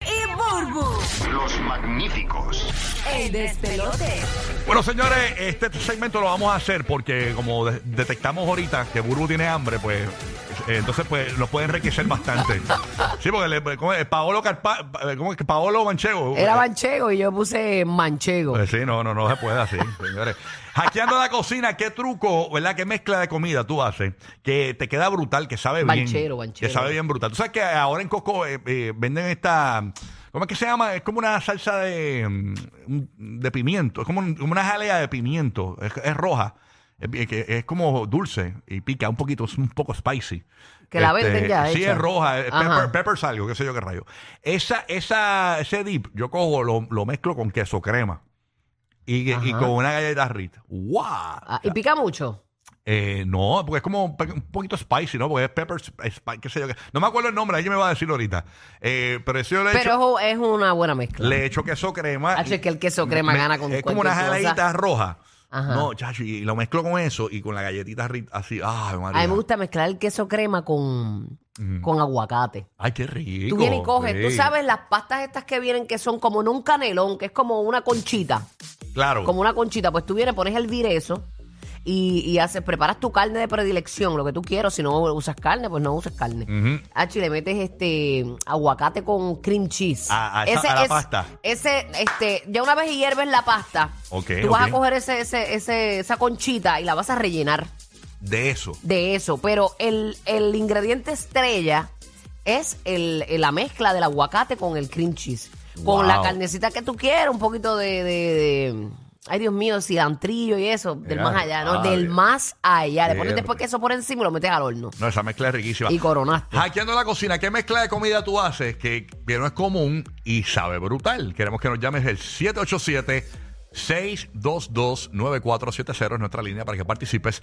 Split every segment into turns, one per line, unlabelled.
y Burbu.
Los magníficos.
El despelote.
Bueno, señores, este segmento lo vamos a hacer porque como de- detectamos ahorita que Burbu tiene hambre, pues eh, entonces pues nos puede enriquecer bastante. Sí, porque le- ¿cómo es? Paolo Carpa, eh, ¿cómo es que Paolo Manchego.
Era manchego y yo puse manchego.
Eh, sí, no, no, no se puede así, señores. Hackeando la cocina, qué truco, ¿verdad? ¿Qué mezcla de comida tú haces? Que te queda brutal, que sabe
Banchero,
bien.
banchero.
Que sabe bien brutal. Tú sabes que ahora en Coco eh, eh, venden esta. ¿Cómo es que se llama? Es como una salsa de, mm, de pimiento. Es como, un- como una jalea de pimiento. Es, es roja. Es, bi- que- es como dulce y pica un poquito, es un poco spicy. Este,
Que la venden ya
Sí,
hecha.
es roja. es
Ajá.
pepper, peppers algo, qué sé yo qué rayo. Esa, esa, ese dip, yo cojo, lo, lo mezclo con queso crema y, y con una galleta Ritz. ¡Wow!
Ah, y pica mucho.
Eh, no, porque es como pe- un poquito spicy, ¿no? Porque es pepper, spice, qué sé yo. qué. No me acuerdo el nombre, alguien me va a decir ahorita. Eh, pero eso yo le he
Pero
hecho,
ojo, es una buena mezcla.
le echo queso crema.
Hacho, es que el queso crema gana con
Es como una
cualquier cosa.
jaleita roja.
Ajá.
No, chacho, y lo mezclo con eso y con la galletita Ritz, así. ¡Ay,
A
María!
mí me gusta mezclar el queso crema con, con aguacate.
¡Ay, qué rico!
Tú vienes y coges, tú
Sí.
sabes las pastas estas que vienen que son como en un canelón, que es como una conchita,
Claro.
como una conchita, pues tú vienes, pones el virezo y, y haces, preparas tu carne de predilección, lo que tú quieras, si no usas carne, pues no usas carne. Hacho, y le metes este aguacate con cream cheese.
A- a esa- a la
es-
pasta.
Ese, este, ya una vez hierves la pasta,
Ok,
tú vas
ok.
a coger ese, ese, ese, esa conchita y la vas a rellenar
De eso.
de eso, pero el, el ingrediente estrella es el, el- la mezcla del aguacate con el cream cheese. Con
Wow.
la carnecita que tú quieras, un poquito de, de- de- ay Dios mío, cilantrillo y eso, del
Ya,
más allá, ¿no?
madre.
Del más allá. Le pones
Siempre.
después queso por encima y lo metes al horno.
No, esa mezcla es riquísima.
Y coronaste.
Hackeando la cocina, ¿qué mezcla de comida tú haces que, que no es común y sabe brutal? Queremos que nos llames el 787 622-9470 es nuestra línea para que participes.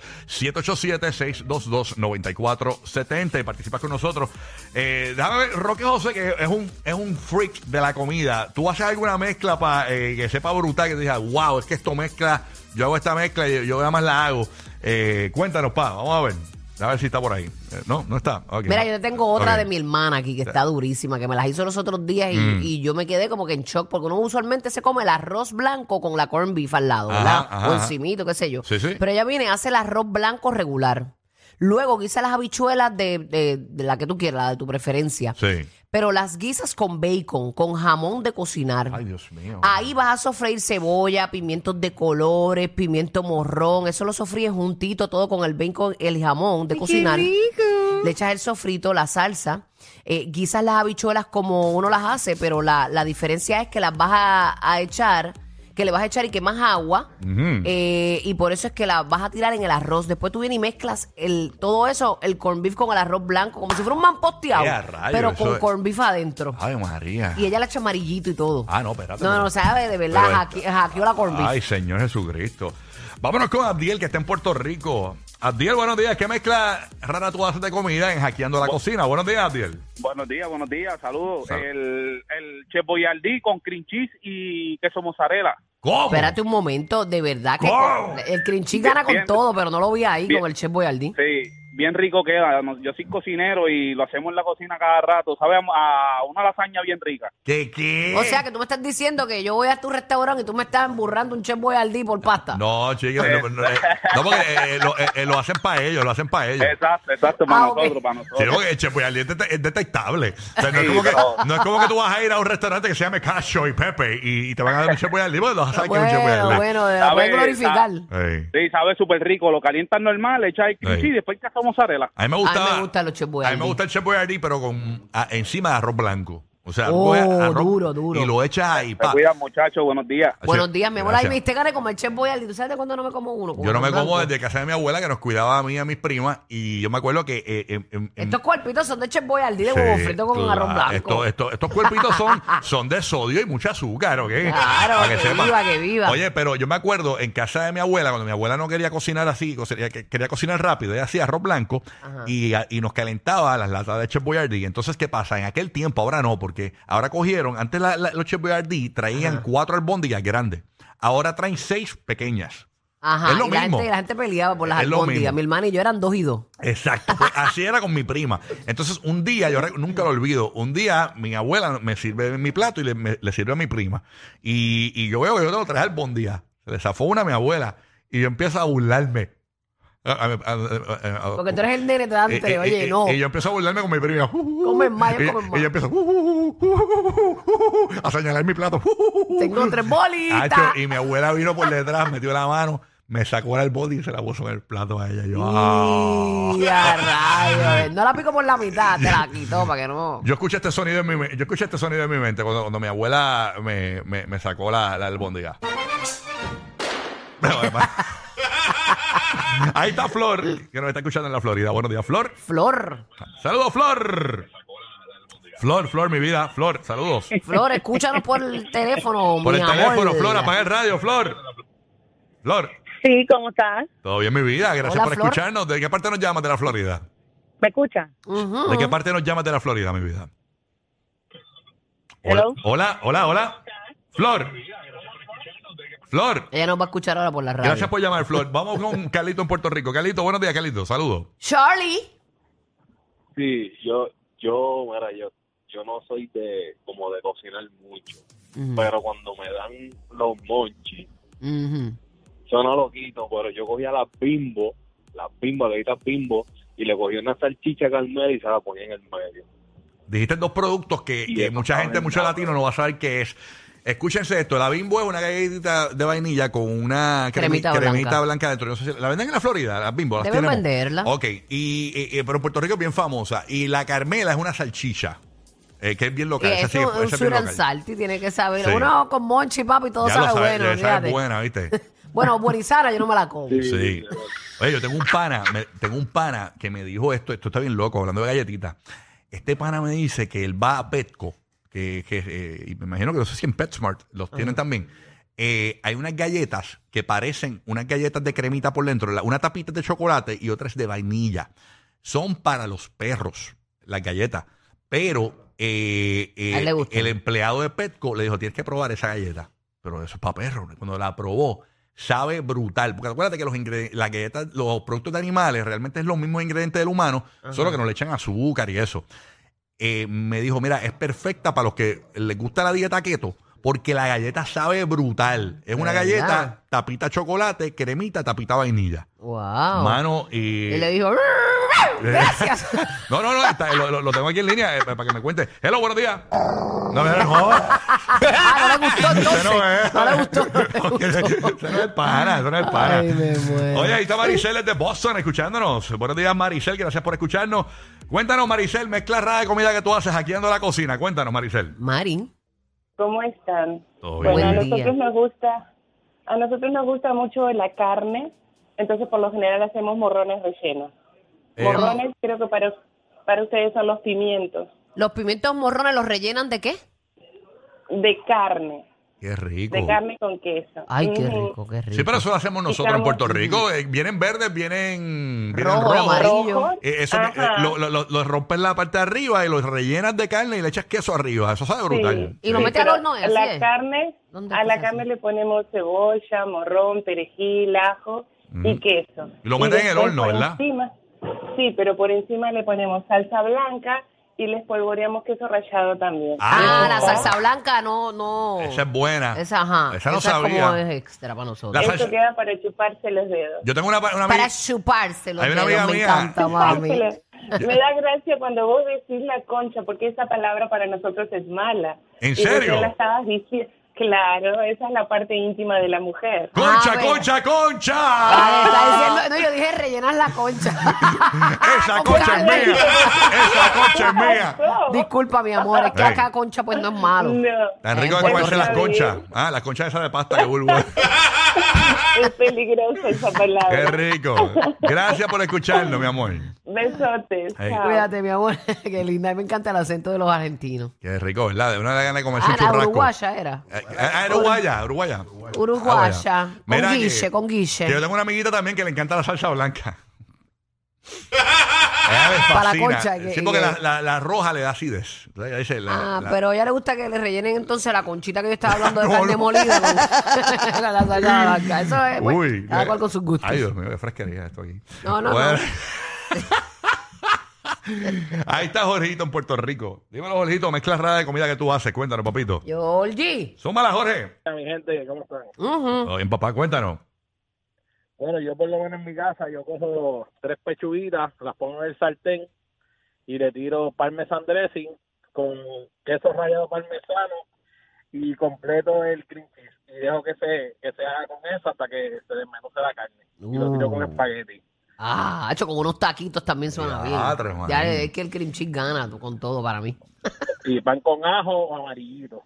787-622-9470 y participas con nosotros. Eh, déjame ver, Roque José, que es un, es un freak de la comida. ¿Tú haces alguna mezcla para que sepa brutal? Que te diga, wow, es que esto mezcla, yo hago esta mezcla, yo, yo además la hago. Eh, cuéntanos, pa, vamos a ver. A ver si está por ahí. Eh, no, no está. Ok.
Mira, yo te tengo otra
Ok.
de mi hermana aquí que está durísima, que me las hizo los otros días y,
Mm.
y yo me quedé como que en shock, porque uno usualmente se come el arroz blanco con la corn beef al lado,
Ajá,
¿verdad?
ajá,
o
ajá.
encimito, qué sé yo.
Sí, sí.
Pero ella viene, hace el arroz blanco regular. Luego guisa las habichuelas de, de- de la que tú quieras, la de tu preferencia.
Sí.
Pero las guisas con bacon, con jamón de cocinar.
Ay, Dios mío.
Ahí vas a sofreír cebolla, pimientos de colores, pimiento morrón. Eso lo sofríes juntito todo con el bacon, el jamón de cocinar. Le echas el sofrito, la salsa. Eh, guisas las habichuelas como uno las hace, pero la, la diferencia es que las vas a, a echar, que le vas a echar y que más agua. eh, y por eso es que las vas a tirar en el arroz. Después tú vienes y mezclas el, todo eso, el corn beef con el arroz blanco, como si fuera un mamposteado.
Eh, a rayos,
Pero
eso
con
es-
corn beef adentro.
Ay, María.
Y ella le echa amarillito y todo.
Ah, no, espérate.
No, no, sabe, de verdad,
Pero-
hacke- hackeó la corn beef.
Ay, Señor Jesucristo. Vámonos con Abdiel, que está en Puerto Rico. Abdiel, buenos días. ¿Qué mezcla rara tú haces de comida en Hackeando la Cocina? Buenos días, Abdiel.
Buenos días, buenos días, saludos.
Salud.
El, el Chef Boyardee con cream cheese y queso mozzarella.
¿Cómo?
Espérate un momento, de verdad que
¿Cómo?
con- el cream cheese gana con
Bien.
todo, pero no lo vi ahí
Bien.
con el chef Boyardee.
Sí, bien rico queda. No- Yo soy cocinero y lo hacemos en la cocina cada rato. Sabe a a una lasaña bien rica.
¿Qué qué?
O sea que tú me estás diciendo que yo voy a tu restaurante y tú me estás emburrando un chef boyardee por pasta.
No, chicos, no, no, eh, no, porque eh, eh, lo, eh, eh, lo hacen para ellos, lo hacen para ellos.
Exacto, exacto, para
Ah, ok.
nosotros, para
Sí,
nosotros.
porque el Chepoyardí es, dete- es detectable. O sea, no, es
Sí,
como que,
pero-
no es como que tú vas a ir a un restaurante que se llame Cacho y Pepe y, y te van a dar un Chepoyardí porque lo vas a saber que es un
Bueno,
Chepoyardí.
bueno, de-
A
lo puedes
ver,
glorificar.
a-
Ey.
Sí, sabe súper rico. Lo calientas normal, le echas
Sí.
el
Ah.
crinchis y después te hacemos mozzarella.
A mí me
A
gustaba.
mí me gustan los Chef
A mí me
Boyardee.
gusta el Chef Boyardee, pero con a- encima de arroz blanco. O sea,
Oh,
coges
duro, duro.
Y lo echas ahí.
Te
Pa.
cuidas, muchachos. Buenos días.
Buenos días, mi amor. Ay,
Gracias.
me diste ganas de comer chef boyardee. ¿Tú sabes de cuándo no me como uno?
Yo no me
uno
como
blanco.
desde casa de mi abuela que nos cuidaba a mí y a mis primas. Y yo me acuerdo que. eh, em- em- em-
Estos cuerpitos son de chef boyardee de
Sí,
huevo frito con
claro.
arroz blanco.
Esto- esto- estos cuerpitos son, son de sodio y mucha azúcar, ¿ok?
Claro, que viva, que viva.
Oye, pero yo me acuerdo en casa de mi abuela, cuando mi abuela no quería cocinar así, co- quería, que- quería cocinar rápido, ella hacía arroz blanco y, a- y nos calentaba las latas de Chef Boyardee. Entonces, ¿qué pasa? En aquel tiempo, ahora no, porque ahora cogieron, antes la- la- los Chef Boyardee traían cuatro albóndigas grandes, ahora traen seis pequeñas.
Ajá,
es lo
y la
mismo.
gente, la gente peleaba por las
Es lo
albóndigas.
mismo.
Mi hermana y yo eran dos y dos.
Exacto, pues, así era con mi prima. Entonces, un día, yo re- nunca lo olvido, un día mi abuela me sirve mi plato y le, me- le sirve a mi prima. Y, y yo veo que yo tengo tres albóndigas. Se le zafó una a mi abuela y yo empiezo a burlarme. A- a- a- a- a-
Porque tú eres el nene de
eh,
antes,
eh,
oye,
eh,
no.
Y yo empiezo a burlarme con mi prima.
Comen más,
Y-
comen más.
Y yo empiezo uh, uh, uh, uh, uh, uh, a señalar mi plato.
Tengo tres bolitas.
Hacho, y mi abuela vino por detrás, metió la mano, me sacó el body y se la puso en el plato a ella. Yo, ah.
Y a rayos. No la pico por la mitad, te la quito para que no.
Yo escuché este sonido en mi me- yo escuché este sonido en mi mente cuando, cuando mi abuela me, me- me sacó la, la albóndiga. Pero, además- Ahí está Flor, que nos está escuchando en la Florida. Buenos días, Flor.
Flor,
Saludos, Flor. Flor, Flor, mi vida. Flor, saludos.
Flor, escúchanos por el teléfono,
Por
mi
el
amor.
teléfono, Flor, apaga el radio, Flor. Flor,
Sí, ¿cómo estás?
todo bien, mi vida. Gracias
Hola,
por
Flor.
escucharnos. ¿De qué parte nos llamas de la Florida?
¿Me escuchas?
Ujú.
¿De qué parte nos llamas de la Florida, mi vida? Hola,
Hello.
hola, hola, hola. Flor. Flor.
Ella nos va a escuchar ahora por la radio.
Gracias por llamar, Flor. Vamos con Carlito en Puerto Rico. Carlito, buenos días, Carlito. Saludos.
Charlie.
Sí, yo, yo, mira, yo, yo no soy de, como de cocinar mucho,
Mm.
pero cuando me dan los monchis,
Ujú.
yo no lo quito, pero yo cogía las bimbo, las bimbo, galletas bimbo, y le cogía una salchicha carmela y se la ponía en el medio.
Dijiste dos productos que,
Y
que
eso
mucha
está
gente, mucho
vendado.
latino no va a saber qué es. Escúchense esto. La Bimbo es una galletita de vainilla con una cremi- cremita,
Cremita
blanca.
blanca.
dentro. Yo no sé si- ¿La venden en la Florida? Las Bimbo. Las
Deben
tenemos.
venderla.
Ok. Y, y- y- pero en Puerto Rico es bien famosa. Y la Carmela es una salchicha. eh, que es bien
Y
local. Esa
es
sí que-
un, un
esa es
sweet
bien
and
local.
salty, tiene que saber.
Sí.
Uno con monchi, papi, todo
ya
sabe,
lo sabe,
bueno.
le sabe
olvídate.
buena, ¿viste?
Bueno, buenisana yo no me la como.
Sí. Oye, yo tengo un pana, me- tengo un pana que me dijo esto, esto está bien loco, hablando de galletitas. Este pana me dice que él va a Petco, que, que, eh, y me imagino que no sé si en PetSmart los tienen también. Eh, hay unas galletas que parecen unas galletas de cremita por dentro, la- una tapita de chocolate y otras de vainilla. Son para los perros, las galletas. Pero eh, eh,
A él le gusta.
el empleado de Petco le dijo, tienes que probar esa galleta. Pero eso es para perros. Cuando la probó, sabe brutal. Porque acuérdate que los ingredientes, las galletas, los productos de animales realmente es los mismos ingredientes del humano, solo que no le echan azúcar y eso. Eh, me dijo, mira, es perfecta para los que les gusta la dieta keto. Porque la galleta sabe brutal. Es una
¿Verdad?
galleta, tapita chocolate, cremita, tapita vainilla.
Wow.
Mano, y...
Oh. Y le dijo, gracias.
No, no, no, está- lo, lo- lo tengo aquí en línea eh, para que me cuente. Hello, buenos días. No, no, no.
ah, no le gustó
Ese
entonces.
no es.
No le gustó.
No, que- ese no es pana, ese no es pana.
Ay, me muero.
Oye, ahí está Maricel desde Boston escuchándonos. Buenos días, Maricel, gracias por escucharnos. Cuéntanos, Maricel, mezcla rara de comida que tú haces aquí ando a la cocina. Cuéntanos, Maricel.
Marín.
¿Cómo están?
Todo
Bueno, a
Buen
nosotros
día.
nos gusta, a nosotros nos gusta mucho la carne, entonces por lo general hacemos morrones rellenos.
Eh,
morrones creo que para, para ustedes son los pimientos
¿Los pimientos morrones los rellenan de qué?
de carne,
Qué rico.
de carne con queso.
Ay, qué
Ujú.
rico, qué rico.
Sí, pero eso lo hacemos nosotros en Puerto Rico. Eh, vienen verdes, vienen, vienen
Rojo,
rojos.
amarillo.
Rojos,
Eh, eso eh,
ajá.
lo, lo- lo- lo rompes la parte de arriba y los rellenas de carne y le echas queso arriba. Eso sabe brutal.
Y lo
Sí.
mete al
pero
horno,
a
así
la
es.
carne,
¿Dónde
a
es que
la
se
carne
hace?
le ponemos cebolla, morrón, perejil, ajo y queso.
Y lo meten en el
después
horno,
por
¿verdad?
encima- Sí, pero por encima le ponemos salsa blanca y les polvoreamos queso rallado también.
Ah,
Ah,
la
no.
salsa blanca no, no.
Esa es buena.
Esa, ajá.
Esa no
es
sabía.
como es extra para nosotros.
La
Esto
salsa-
queda para chuparse los dedos.
Yo tengo una, pa- una
Para
amiga-
chuparse los
Hay una
dedos,
amiga
me
mía.
encanta, mami.
Chuparse los- Me da gracia cuando vos decís la concha, porque esa palabra para nosotros es mala.
¿En
Y recién
serio?
la estabas diciendo. Claro, esa es la parte íntima de la mujer.
Concha,
Ah, bueno.
concha, concha.
Ah, está diciendo- no, yo dije rellenar la concha.
Esa concha es mía. Esa concha es mía.
Disculpa, mi amor, es que
Ey.
acá concha pues no es malo.
No,
Tan rico
En Puerto
de comerse las
Rico.
conchas. Ah, las conchas esas de pasta de bulbo.
es peligrosa esa
Qué
palabra.
rico. Gracias por escucharnos, mi amor.
Besotes.
Ey.
chao.
Cuídate, mi amor, que linda. A mí me encanta el acento de los argentinos.
Qué rico, ¿verdad? Una de ganas de comerse
Ah,
un
la
Pues churrasco.
uruguaya era.
Ah, ah, Uruguaya, Uruguaya.
Uruguaya.
Ah, bueno.
Con
Mira que-
guille, con guille.
que yo tengo una amiguita también que le encanta la salsa blanca. Ella
Para
le
la
fascina.
concha, que-
Sí, porque
que-
la, la- la roja le da acidez. Ella dice, la-
Ah,
la-
pero a ella le gusta que le rellenen entonces la conchita que yo estaba hablando de
No,
carne
no.
molida con la salsa blanca. Eso es, bueno,
Uy,
cada
eh,
cual con sus gustos.
Ay, Dios mío, qué fresquería esto aquí.
No, no,
Bueno. Ahí está Jorgito en Puerto Rico. Dímelo, Jorgito, mezcla rara de comida que tú haces. Cuéntanos, papito.
Georgie.
Súmala, Jorge.
Mi gente, ¿cómo están?
Ujú.
Oye, papá, cuéntanos.
Bueno, yo por lo menos en mi casa, yo cojo tres pechuguitas, las pongo en el sartén y le tiro parmesan dressing con queso rallado parmesano y completo el cream cheese. Y dejo que se, que se haga con eso hasta que se desmenuce la carne. Y lo tiro con espagueti.
Ah, hecho con unos taquitos también suena bien.
Diatre, man.
ya es que el cream cheese gana con todo para mí.
Y pan con ajo o amarillito.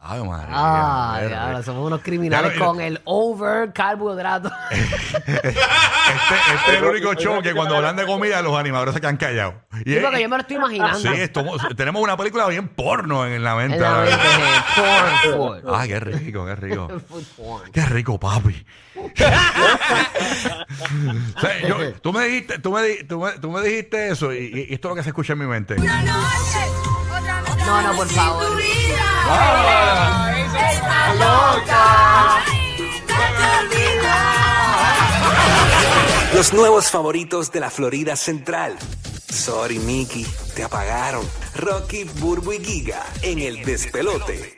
Ay, madre.
Ah,
mía,
ya,
madre.
somos unos criminales
Ya lo-
con el over carbohidrato.
Este, este es el único show que cuando hablan de comida los animadores se quedan callados. Y
Sí,
es-
porque yo me lo estoy imaginando.
Sí, esto- tenemos una película bien porno en la mente.
En la mente, sí. Porn, porn.
Ah, qué rico, qué rico.
Food porn.
Qué rico, papi. O sea, yo- tú, me dijiste, tú, me, di- tú, me, tú me dijiste eso y, y esto es lo que se escucha en mi mente.
No, no, por favor.
Los nuevos favoritos de la Florida Central. Sorry, Mickey, te apagaron. Rocky, Burbu y Giga en el despelote.